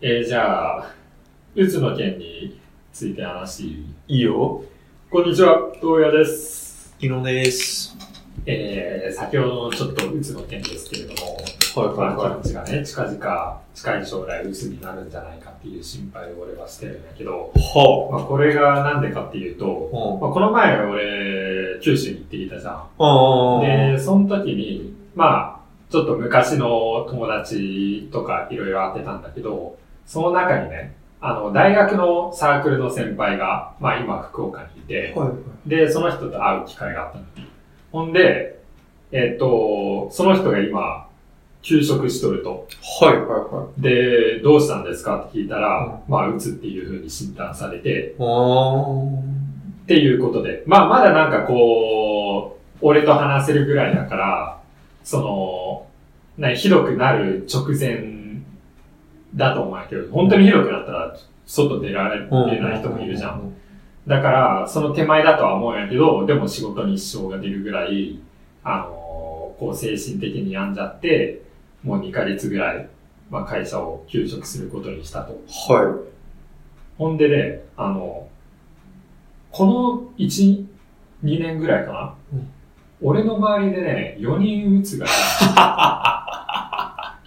えー、じゃあ、うつの件について話していいいいよ。こんにちは、東野です。昨日です。えー、先ほどのちょっとうつの件ですけれども、はい僕の友達がね、近々、近い将来うつになるんじゃないかっていう心配を俺はしてるんだけど、い。はまあ、これがなんでかっていうと、あ。まあ、この前俺、九州に行ってきたじゃん。うん。うん。で、その時に、まあ、ちょっと昔の友達とかいろいろ会ってたんだけど、その中にね、あの、大学のサークルの先輩が、まあ今福岡にいて、はいはい。で、その人と会う機会があったの。ほんで、えっと、その人が今、休職しとると。はいはいはい。で、どうしたんですかって聞いたら、うまあ、うつっていう風に診断されて、あーっていうことで。まあ、まだなんかこう、俺と話せるぐらいだから、その、ね、ひどくなる直前だと思うんやけど、本当にひどくなったら、外出られうん。出ない人もいるじゃん。ん。だから、その手前だとは思うんやけど、でも仕事に支障が出るぐらい、あの、こう精神的に病んじゃって、もう2ヶ月ぐらい、まあ会社を休職することにしたと。はほんでね、あの、この1、2年ぐらいかな、うん俺の周りでね、4人打つがい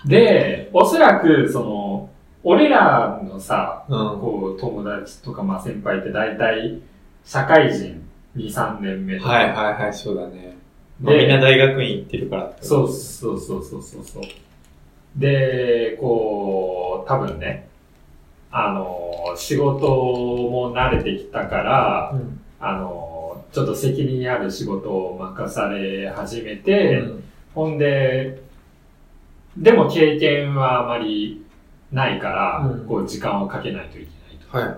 る。で、おそらく、その、俺らのさ、い。うん。こう、友達とか、まあ先輩って大体、社会人2、3年目とか。はいはいはい、そうだね。まあみんなで、大学院行ってるからってことそうそうそうそうそうそう。で、こう、多分ね、あの、仕事も慣れてきたから、うん。あの、ちょっと責任ある仕事を任され始めて、うんほんで、でも経験はあまりないから、うんこう時間をかけないといけないと。はいはい。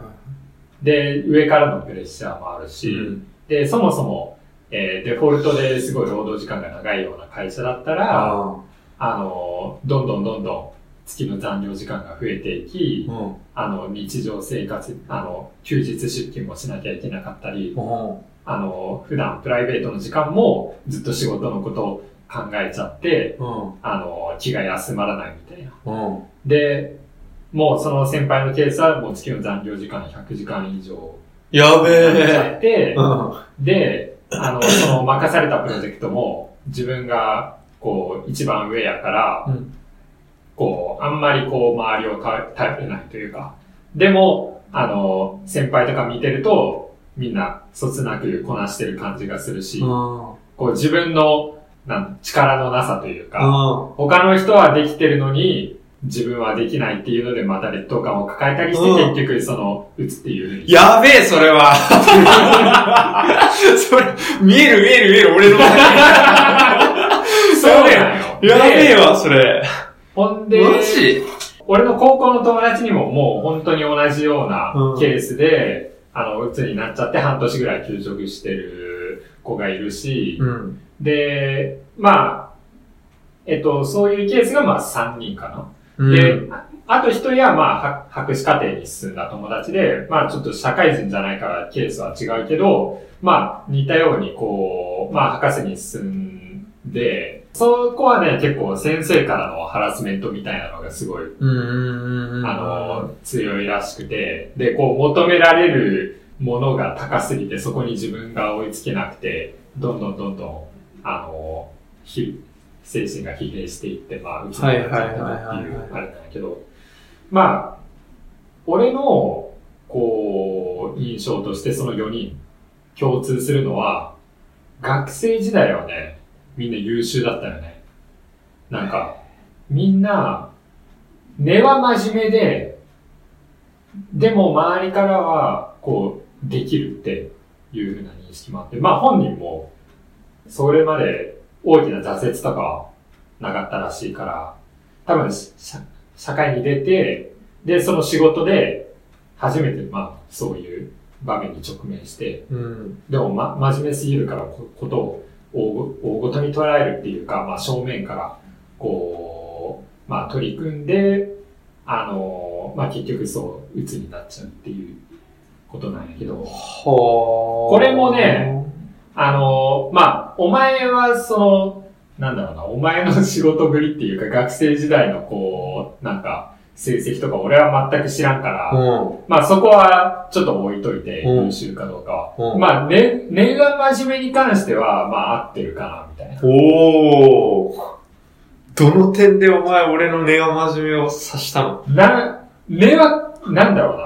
で、上からのプレッシャーもあるし、うんで、そもそも、えーデフォルトですごい労働時間が長いような会社だったら、あああ。の、どんどんどんどん月の残業時間が増えていき、うん。うん。あの、日常生活、あの、休日出勤もしなきゃいけなかったり、あの、普段プライベートの時間もずっと仕事のことを考えちゃって、うん。あの、気が休まらないみたいな。うん。で、もうその先輩のケースはもう月の残業時間100時間以上やべになっちゃえ。ってう、ん。はで、あの、その任されたプロジェクトも自分がこう一番上やから、うんこう、あんまりこう周りをた頼れないというか、でも、あの、先輩とか見てると、みんな、そつなくこなしてる感じがするし、こう自分のなん力のなさというか、あ。他の人はできてるのに、自分はできないっていうので、また劣等感を抱えたりして、うん結局その、打つっていう。やべえ、それ は。それ、見える見える見える、俺のそうなんよ。やべえでわ、それ。ほんで、マジ俺の高校の友達にももう本当に同じようなうんケースで、あの、うつになっちゃって半年ぐらい休職してる子がいるし、うん。で、まあ、えっと、そういうケースがまあ3人かな。で、ああと一人は、まあ、は博士課程に進んだ友達で、まあ、ちょっと社会人じゃないからケースは違うけど、まあ、似たように、こう、まあ、博士に進んで、そこはね、結構先生からのハラスメントみたいなのがすごい、うん。あの、強いらしくて、で、こう、求められるものが高すぎて、そこに自分が追いつけなくて、どんどんどんどん、あの、ひ精神が疲弊していって、まあ、うつになっちゃったっていう、あれなんだけど、まあ、俺の、こう、印象としてその4人、共通するのは、学生時代はね、みんな優秀だったよね。なんか、みんな、根は真面目で、でも周りからは、こう、できるっていうふうな認識もあって、まあ本人も、それまで大きな挫折とかはなかったらしいから、多分し社、社会に出て、で、その仕事で、初めて、まあ、そういう場面に直面して、うん。でも、ま、真面目すぎるからこ、ことを大ご、大ごとに捉えるっていうか、まあ、正面から、こう、まあ、取り組んで、あの、まあ、結局そう、鬱になっちゃうっていうことなんやけど、はこれもね、あの、まあ、お前はその、なんだろうな、お前の仕事ぶりっていうか、学生時代のこう、なんか、成績とか俺は全く知らんから、うん。まあそこはちょっと置いといて、うん優秀かどうかは。うんまあ、ね、念願真面目に関しては、まあ合ってるかな、みたいな。おー。どの点でお前俺の根が真面目を刺したのな、根は、なんだろう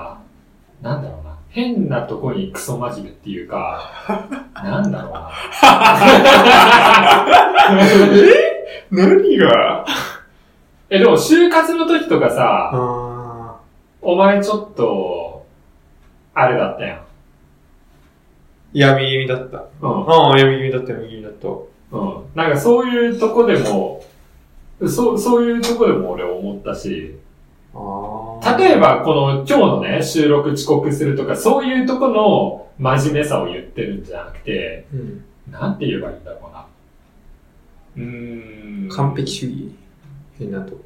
な。なんだろうな。変なとこにクソ真面目っていうか、 なんだろうな。 何がえ、でも就活の時とかさ、あお前ちょっと、あれだったやん。ー。闇気味だった。うん。ああ、闇気味だった、闇気味だった。うん。なんかそういうとこでも、そう、そういうとこでも俺思ったし、あ例ええばこの今日のね、収録遅刻するとか、そういうとこの真面目さを言ってるんじゃなくて、ば、うん、なんて言えばいいんだろうな。うーん。完璧。主義 変なとこ。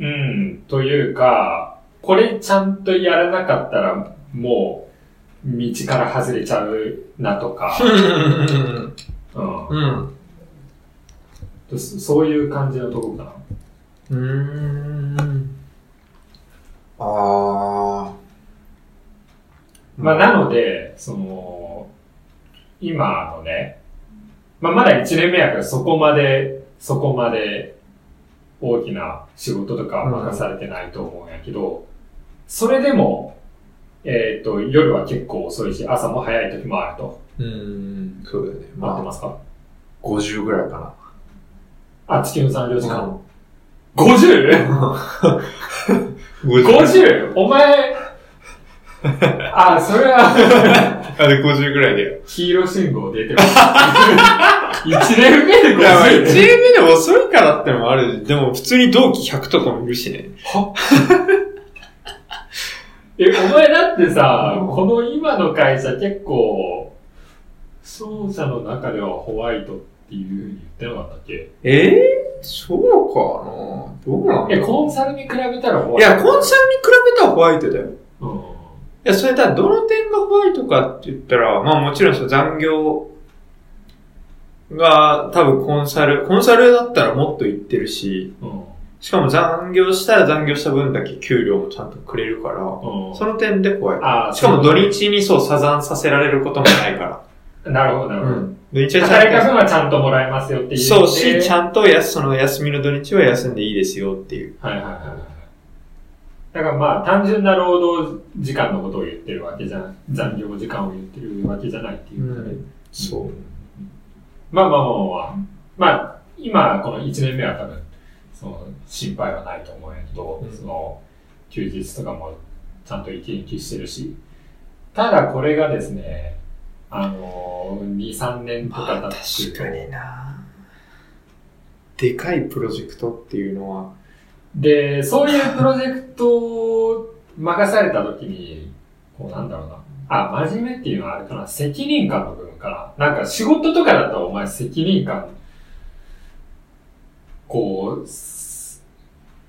うん。というか、これちゃんとやらなかったら、もう、道から外れちゃうなとか、うん。うんうん。そ。そういう感じのとこかな。うーん。ああ。まあ、なので、その、今のね、まあ、まだ1年目やからそこまで、そこまで大きな仕事とかは任されてないと思うんやけど、それでも、えっ、と、夜は結構遅いし、朝も早い時もあると。うーん、そうだよ合ね。ってまあ、ますか50ぐらいかあ、地球の残業な。時間。50?50? お 前、あ、それは、あれ50ぐらいだよ。黄色信号出てます。1年目でい や、まあ、1 50? 年目で遅いからってのもある。でも、普通に同期100とかもいるしね。え、お前だってさ、うんこの今の会社結構、商社の中ではホワイトっていうふうに言ってなかったっけええそうかなどうなんだえ、ろコンサルに比べたらホうワイいト。や、コンサルに比べたらホワイトだよ。うん。いや、それだ、どの点がホワイトかって言ったら、まあもちろんその残業が多分コンサル、コンサルだったらもっといってるし、うん。しかも残業したら残業した分だけ給料もちゃんとくれるから、うん。その点でホワイあト。ーしかも土日にそう、サザンさせられることもないかなるほど、なら。るほど。土日はち働いたゃん分はちゃんともらえますよっていと、う。そうし、ちんゃんとやすその休みの土日は休んでいいですよっていう。はいはいはいはい。だからまあ、単純な労働時間のことを言ってるわけじゃ、残業時間を言ってるわけじゃないっていうことで。そう。まあまあまあまあ、まあ、今、この1年目は多分、その、心配はないと思うんやけど、うんその、休日とかもちゃんと生き生きしてるし、ただこれがですね、あのー、2、3年とかま経あ、って確かくるになでかいプロジェクトっていうのは、と、で、そういうプロジェクトを任された時に、こうなんだろうな、あ、真面目っていうのはあれかな、責任感の部分かな。なんか仕事とかだとお前責任感こう、す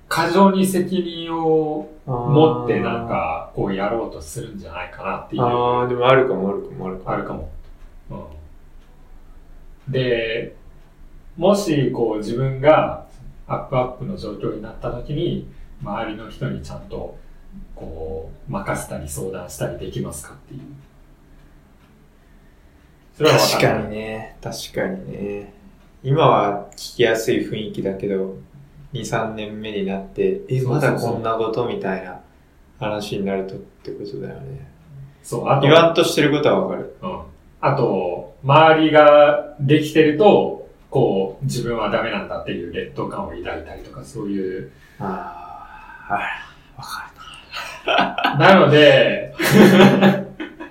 過剰に責任を持持ってなん。か、こうやろうとするんじゃないかなっていう、あああ、でもあるかもあるかもあるかも。るかも。うん、で、もしこう自分がアップアップの状況になった時に、周りの人にちゃんと、こう、任せたり相談したりできますかっていう。それは分確らかないにね。確かにね。今は聞きやすい雰囲気だけど、2、3年目になって、え、そうそまうそうだこんなことみたいな話になるとってことだよね。そう、あと言わんとしてることはわかる。うん。あと、周りができてると、こう、自分はダメなんだっていう劣等感を抱いたりとか、そういう。ああ、あら。なので、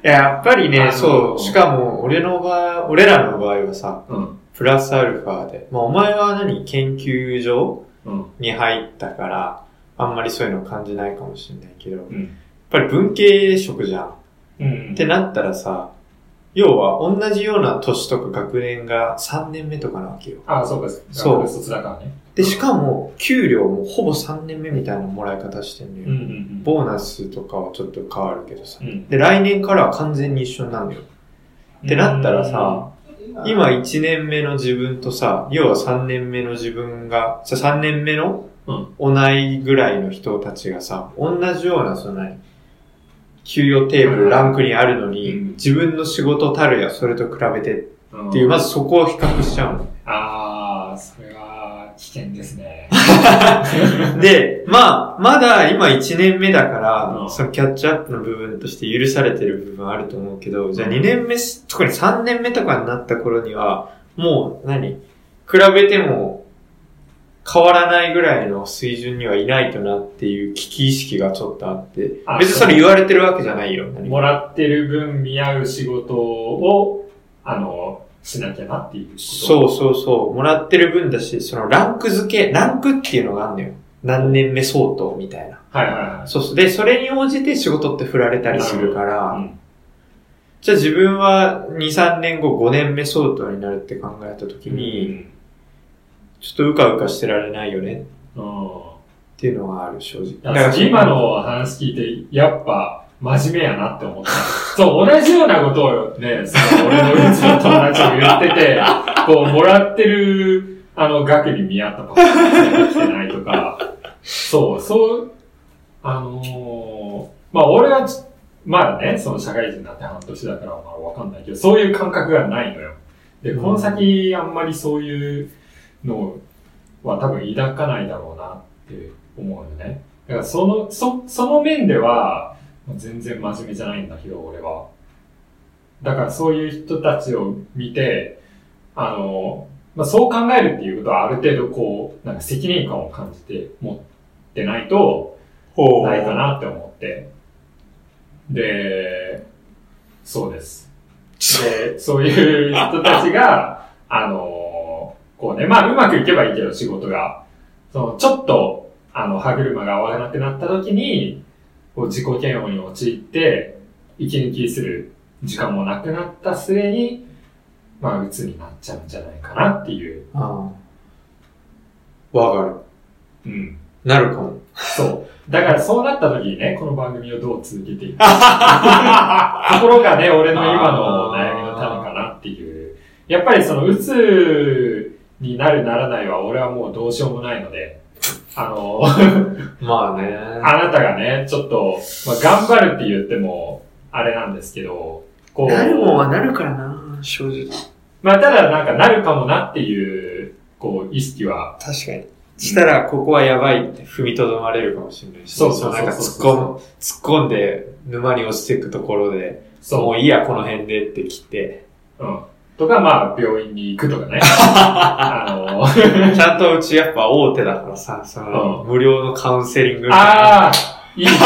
いや、やっぱりあのね、ーそう。しかも、俺の場合、俺らの場合はさ、うん、プラスアルファで。まあ、お前は何研究所うん、に入ったから、あんまりそういうの感じないかもしれないけど、やっうん。ぱり文系職じゃん。うん。ってなったらさ、要は同じような年とか学年が3年目とかなわけよ。ああ、そうか、そう学部卒だからね。で、しかも、給料もほぼ3年目みたいなもらい方してんのよ。うん、うん、ボーナスとかはちょっと変わるけどさう。ん。で、来年からは完全に一緒になるのよ。ってなったらさ、今1年目の自分とさ、要は3年目の自分が、さ3年目のうん同いぐらいの人たちがさ、同じような、その何、給与テーブル、ランクにあるのに、うん自分の仕事たるやそれと比べてっうんていう、まずそこを比較しちゃうの。ああ、それは危険ですね。 で、まあ、まだ今1年目だから、うんそのキャッチアップの部分として許されてる部分あると思うけど、じゃあ2年目、特に3年目とかになった頃には、もう何比べても変わらないぐらいの水準にはいないとなっていう危機意識がちょっとあってあ、 別にそれ言われてるわけじゃないよ。何もらってる分見合う仕事を、あの、しなきゃなっていうこと。う。そうそうそう、もらってる分だし、そのランク付け、ランクっていうのがあるのよ。何年目相当みたいな。はいはいはそうそう。で、それに応じて仕事って振られたりするから、い。うんじゃあ自分は2、3年後5年目相当になるって考えた時に、ちょっとうかうかしてられないよねうん。っていうのはある、正直。だから今、の話聞いて、やっぱ、真面目やなって思った。そう、同じようなことをね、その、俺のうちの友達も言ってて、こう、もらってる、あの、額に見合ったパフォーマンスが来てないとか、そう、そう、あのーまあ、俺はち、まだね、その社会人になって半年だから、まあ、わかんないけど、そういう感覚がないのよ。で、この先、あんまりそういうのは多分抱かないだろうなって思うよね。だからその、そ、その面では、もう全然真面目じゃないんだけど、俺は。だからそういう人たちを見て、あの、まあ、そう考えるっていうことはある程度こう、なんか責任感を感じて持ってないと、ほうないか。なって思って。で、そうです。で、そういう人たちが、あのこうね、まあ、うまくいけばいいけど、仕事が。その、ちょっと、あの、歯車が合わなくなった時に、こう、自己嫌悪に陥って、息抜きする時間もなくなった末に、まあ、鬱になっちゃうんじゃないかなっていう。ああわかうん。る。なるかも。そう。だから、そうなった時にね、この番組をどう続けていくか。 ところがね、俺の今の悩みの種かなっていう。やっぱりその、うつになるならないは、俺はもうどうしようもないので、あ の、まあね。あなたがね、ちょっと、まあ、頑張るって言っても、あれなんですけど、こう、なるからな、正直。まあ、ただなんかなるかもなっていう、こう、意識は、確かに。したら、ここはやばいって踏みとどまれるかもしれないし、そうそうそうそうなんか突っ込む突っ込んで、沼に落ちていくところで、もそういいや、この辺でって切って、う、うん。とか、まあ、病院に行くとか ね。あの、ちゃんとうちやっぱ大手だからさ、その、う無料のカウンセリングみたいな。ああ、いいね。そう。や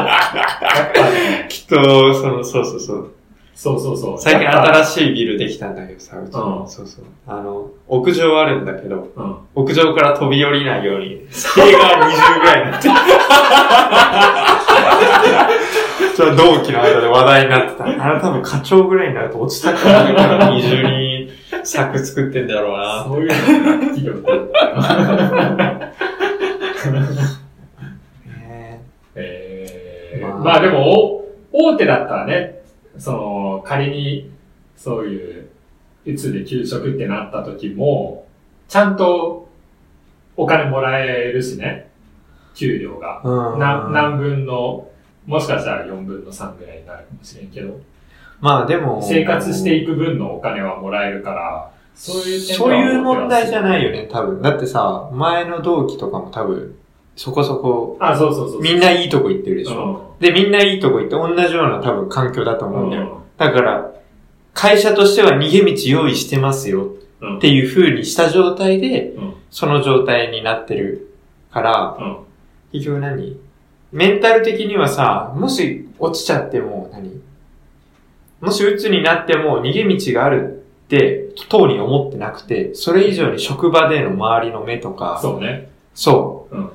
っぱね、きっと、その、そうそうそう。そうそうそう。最近やっぱ新しいビルできたんだけどさ、うちの、うんそうそう。あの、屋上あるんだけど、うん。屋上から飛び降りないように、塀が20ぐらいになっ て。じゃあ同期の間で話題になってた。あれ多分課長ぐらいになると落ちたくなるから二重に柵作ってんだろうな。そういうのが企業って。ねえーまあまあでも、お大手だったらね、その、仮に、そういう、うつで休職ってなった時も、ちゃんとお金もらえるしね、給料が。うんな何分の、もしかしたら4分の3ぐらいになるかもしれんけど、まあでも、生活していく分のお金はもらえるから、そういう点ではそういう問題じゃないよね、多分。だってさ、前の同期とかも多分、そこそこ、あ、そうそうそう。みんないいとこ行ってるでしょ。で、みんないいとこ行って、同じような多分環境だとう思うんん。だよ。だから、会社としては逃げ道用意してますようん。っていう風にした状態で、うん。その状態になってるから、うん。結局何メンタル的にはさ、もし落ちちゃっても何もし鬱になっても逃げ道があるって、当に思ってなくて、それ以上に職場での周りの目とか、そうね。そうん。う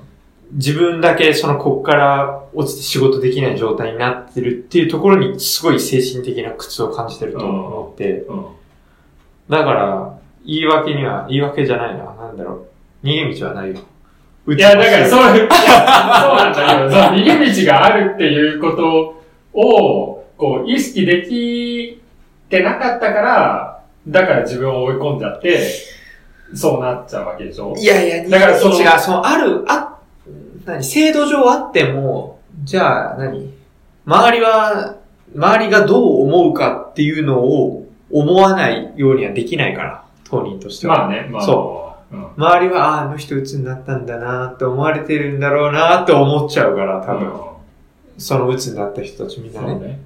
自分だけそのこっから落ちて仕事できない状態になってるっていうところにすごい精神的な苦痛を感じてると思って、うん。だから、言い訳には、言い訳じゃないな、なんだろう。逃げ道はないよ。いや、だからそう、いやそうなんだよ。その逃げ道があるっていうことを、こう、意識できてなかったから、だから自分を追い込んじゃって、そうなっちゃうわけでしょいやいや、だからその21が、その、ある、あ、何、制度上あっても、じゃあ何、周りは、周りがどう思うかっていうのを思わないようにはできないから、当人としては。まあね、まあ。そう。うん。周りは、ああ、あの人鬱になったんだなって思われてるんだろうなって思っちゃうから、多分。その鬱になった人たちうみんん。そなうね。ね。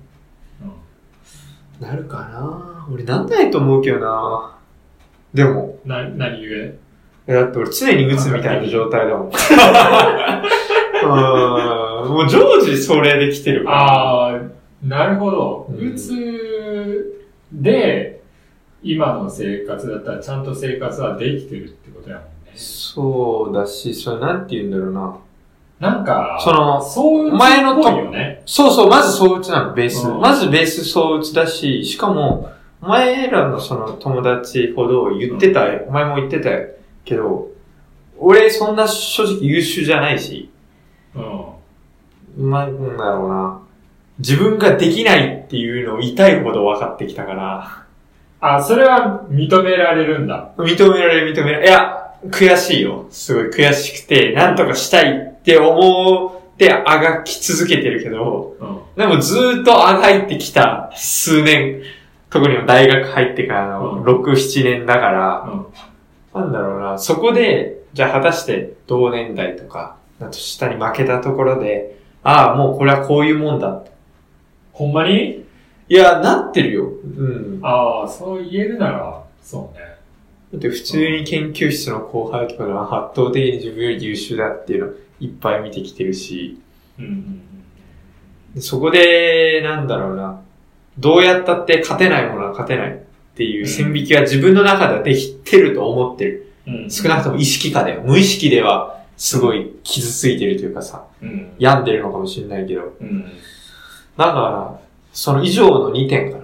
うんなるかな俺なんないと思うけどなでも、な、何故えだって俺常に打つみたいな状態だ もん。うーん。もう常時それで来てるから。ああ、なるほど。うんうつで、今の生活だったらちゃんと生活はできてるってことやもんね。そうだし、それなんて言うんだろうな。なんか、そのそういう前のっぽいよね。そうそう、まずそう打ちなの、ベース。うんまずベースそう打ちだし、しかも、お前らのその友達ほど言ってた、お前も言ってたけど、俺そんな正直優秀じゃないし、うん。まあ、なんだろうな。自分ができないっていうのを痛いほど分かってきたから、あ、それは認められるんだ。認められる認められる。いや、悔しいよ。すごい悔しくて、なんとかしたいって思ってあがき続けてるけど、うん。でもずーっとあがいてきた数年、特に大学入ってからうんの6、7年だから、うん。なんだろうな、そこで、じゃあ果たして同年代とか、あと下に負けたところで、ああ、もうこれはこういうもんだほんまにいや、なってるよ。うん。だああ、そう言えるなら、そうね。って普通に研究室の後輩とかが圧倒的に自分より優秀だっていうのいっぱい見てきてるし、うんうんうん。そこで、なんだろうな、どうやったって勝てないものは勝てないっていう線引きは自分の中ではできてると思ってる。うん少なくとも意識下では、無意識ではすごい傷ついてるというかさ、うん。病んでるのかもしれないけど。うん。だから、その以上の2点か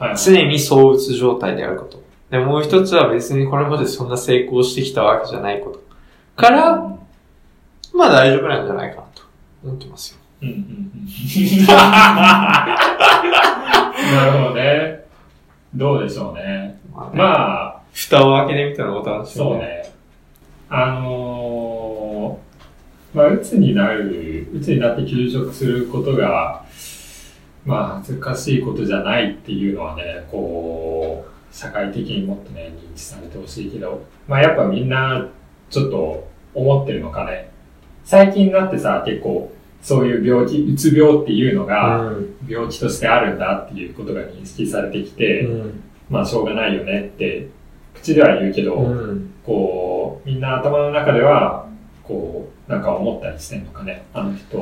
な。はい。常に相うつ状態であること。で、もう一つは別にこれまでそんな成功してきたわけじゃないこと。から、うんまあ大丈夫なんじゃないかなと思ってますよ。うんうん うん。なるほどね。どうでしょうね。まあね、まあ、蓋を開けてみたらお楽しみそう。ね。あのー、まあ、うつになる、うつになって休職することが、まあ、恥ずかしいことじゃないっていうのはね、こう、社会的にもっとね、認知されてほしいけど、まあ、やっぱみんな、ちょっと、思ってるのかね。最近になってさ、結構、そういう病気、うつ病っていうのうが、ん。病気としてあるんだっていうことが認識されてきて、うん。まあしょうがないよねって口では言うけど、うん。こうみんな頭の中ではこうなんか思ったりしてんのかねあの人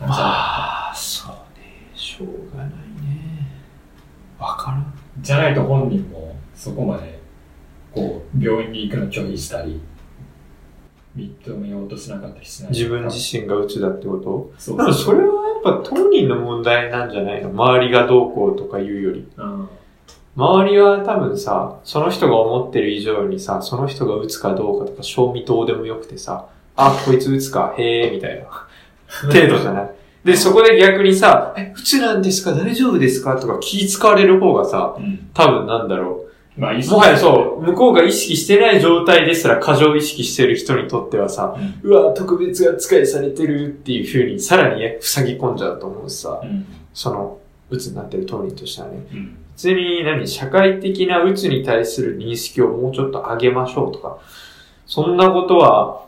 まなんかあ、そうね。しょうがないね。わからん。じゃないと本人もそこまでこう病院に行くの拒否したり認めようとしなかったりしない自分自身がうちだってことそうでそもうそれはやっぱ当人の問題なんじゃないの周りがどうこうとか言うより。うん周りは多分さ、その人が思ってる以上にさ、その人が打つかどうかとか、賞味どうでもよくてさ、あ、こいつ打つか、へえ、みたいな。程度じゃない。で、そこで逆にさ、え、打つなんですか大丈夫ですかとか気使われる方がさ、うん多分なんだろまあう。もはやそう、向こうが意識してない状態ですら過剰意識してる人にとってはさ、ううわ、特別扱いされてるっていう風にさらにね塞ぎ込んじゃうと思うしさ、んうんその、打つになってる当人としてはね。うん普通に何社会的な鬱に対する認識をもうちょっと上げましょうとか、そんなことは、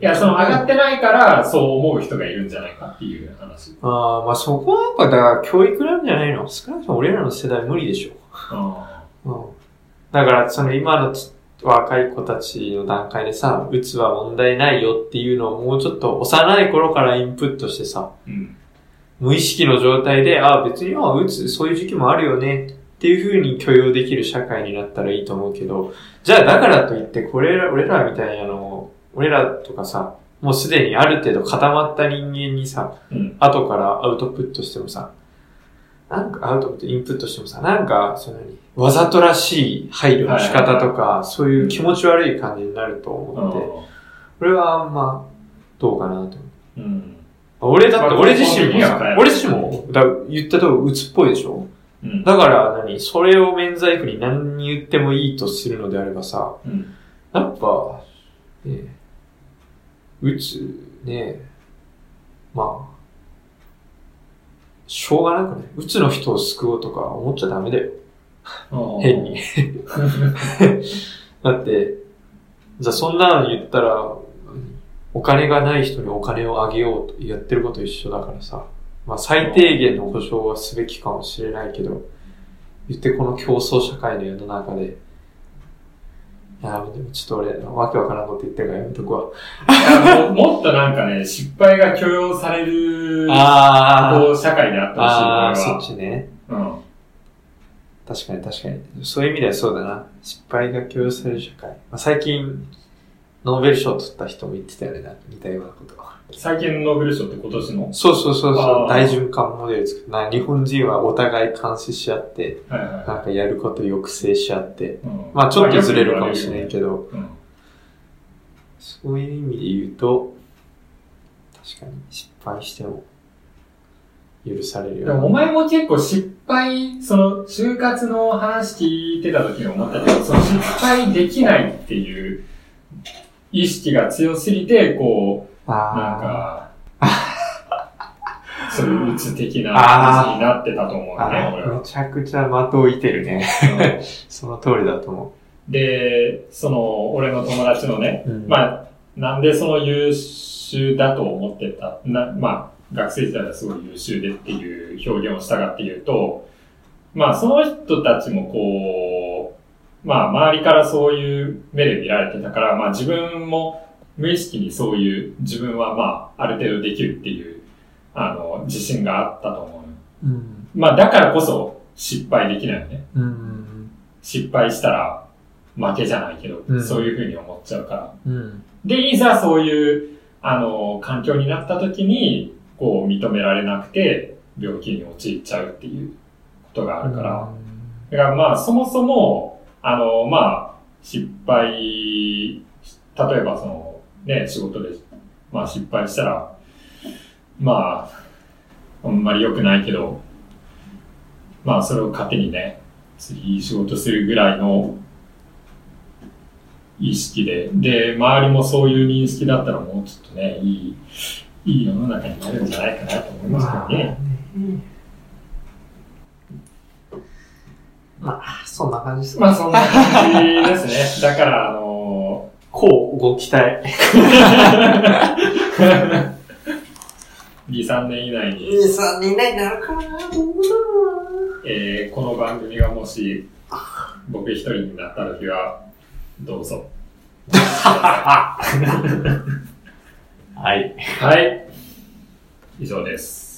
いやその上がってないからそう思う人がいるんじゃないかっていう話あーまあそこはやっぱだから教育なんじゃないの少なくとも俺らの世代無理でしあょ。うん。だからその今のち若い子たちの段階でさ、鬱は問題ないよっていうのをもうちょっと幼い頃からインプットしてさ、ーうん無意識の状態で、ああ別に、ああ、うつ、そういう時期もあるよね、っていう風に許容できる社会になったらいいと思うけど、じゃあだからといって、これら、俺らみたいなの、俺らとかさ、もうすでにある程度固まった人間にさ、うん後からアウトプットしてもさ、なんかアウトプット、インプットしてもさ、なんか、その何わざとらしい配慮の仕方とか、そういう気持ち悪い感じになると思って、俺はあんま、どうかなと思う。うん俺だって、俺自身もまあさ根本的には変え、ない俺自身も、だ言ったとおり、鬱っぽいでしょうん。だから何、それを免罪符に何に言ってもいいとするのであればさ、うん。やっぱ、ね打つ、ねまあ、しょうがなくない打つの人を救おうとか思っちゃダメだよ。変に。だって、じゃあそんなの言ったら、お金がない人にお金をあげようとやってること一緒だからさ。まあ最低限の保障はすべきかもしれないけど、言ってこの競争社会の世の中で、いや、でもちょっと俺、わけわからんこと言ってるからやめとくわ。ももっとなんかね、失敗が許容される、こあう、社会であってほしいああ、俺そはっちね。うん。確かに確かに。そういう意味ではそうだな。失敗が許容される社会。まあ、最近、ノーベル賞を取った人も言ってたよね、なんか似たようなこと。最近のノーベル賞って今年のそうそうそうそあーう、大循環モデル作って、な日本人はお互い監視し合って、はいはいなはんかやること抑制し合って、い。うんまあちょっとずれるかもしれないけど、ど。うんそういう意味で言うと、確かに失敗しても許されるでもよね。お前も結構失敗、その、就活の話聞いてた時に思ったけど、その失敗できないっていう意識が強すぎて、こう、なんあか、そういう鬱的なあー感じになってたと思ーうね、あ俺ー、めちゃくちゃ的を射てるね。 は。その通りだと思うんで、その、俺の友達のね、う。うんまあ、なんでその優秀だと思ってた、なまあ、学生時代はすごい優秀でっていう表現をしたかっていうと、まあ、その人たちもこう、まあ、周りからそういう目で見られてたから、まあ、自分も無意識にそういう自分はまあ、ある程度できるっていう、あの、自信があったと思う。うん。まあ、だからこそ失敗できないよね。うん。失敗したら負けじゃないけど、うんそういうふうに思っちゃうから。うん。で、いざそういう、あの、環境になった時に、こう、認められなくて、病気に陥っちゃうっていうことがあるから。だからまあ、そもそも、あの、まあ、失敗、例えばその、ね、仕事で、まあ失敗したら、まあ、あんまり良くないけど、まあそれを糧にね、次いい仕事するぐらいの意識で、で、周りもそういう認識だったらもうちょっとね、いい、いい世の中になるんじゃないかなと思いますけどね。まあ、そんな感じですか。まあそんな感じですね。だから、あの、こうご期待。 2、3年以内に、 23年以内になるかなえーこの番組がもし、僕一人になった時は、どうぞ。ははい。い。以上です。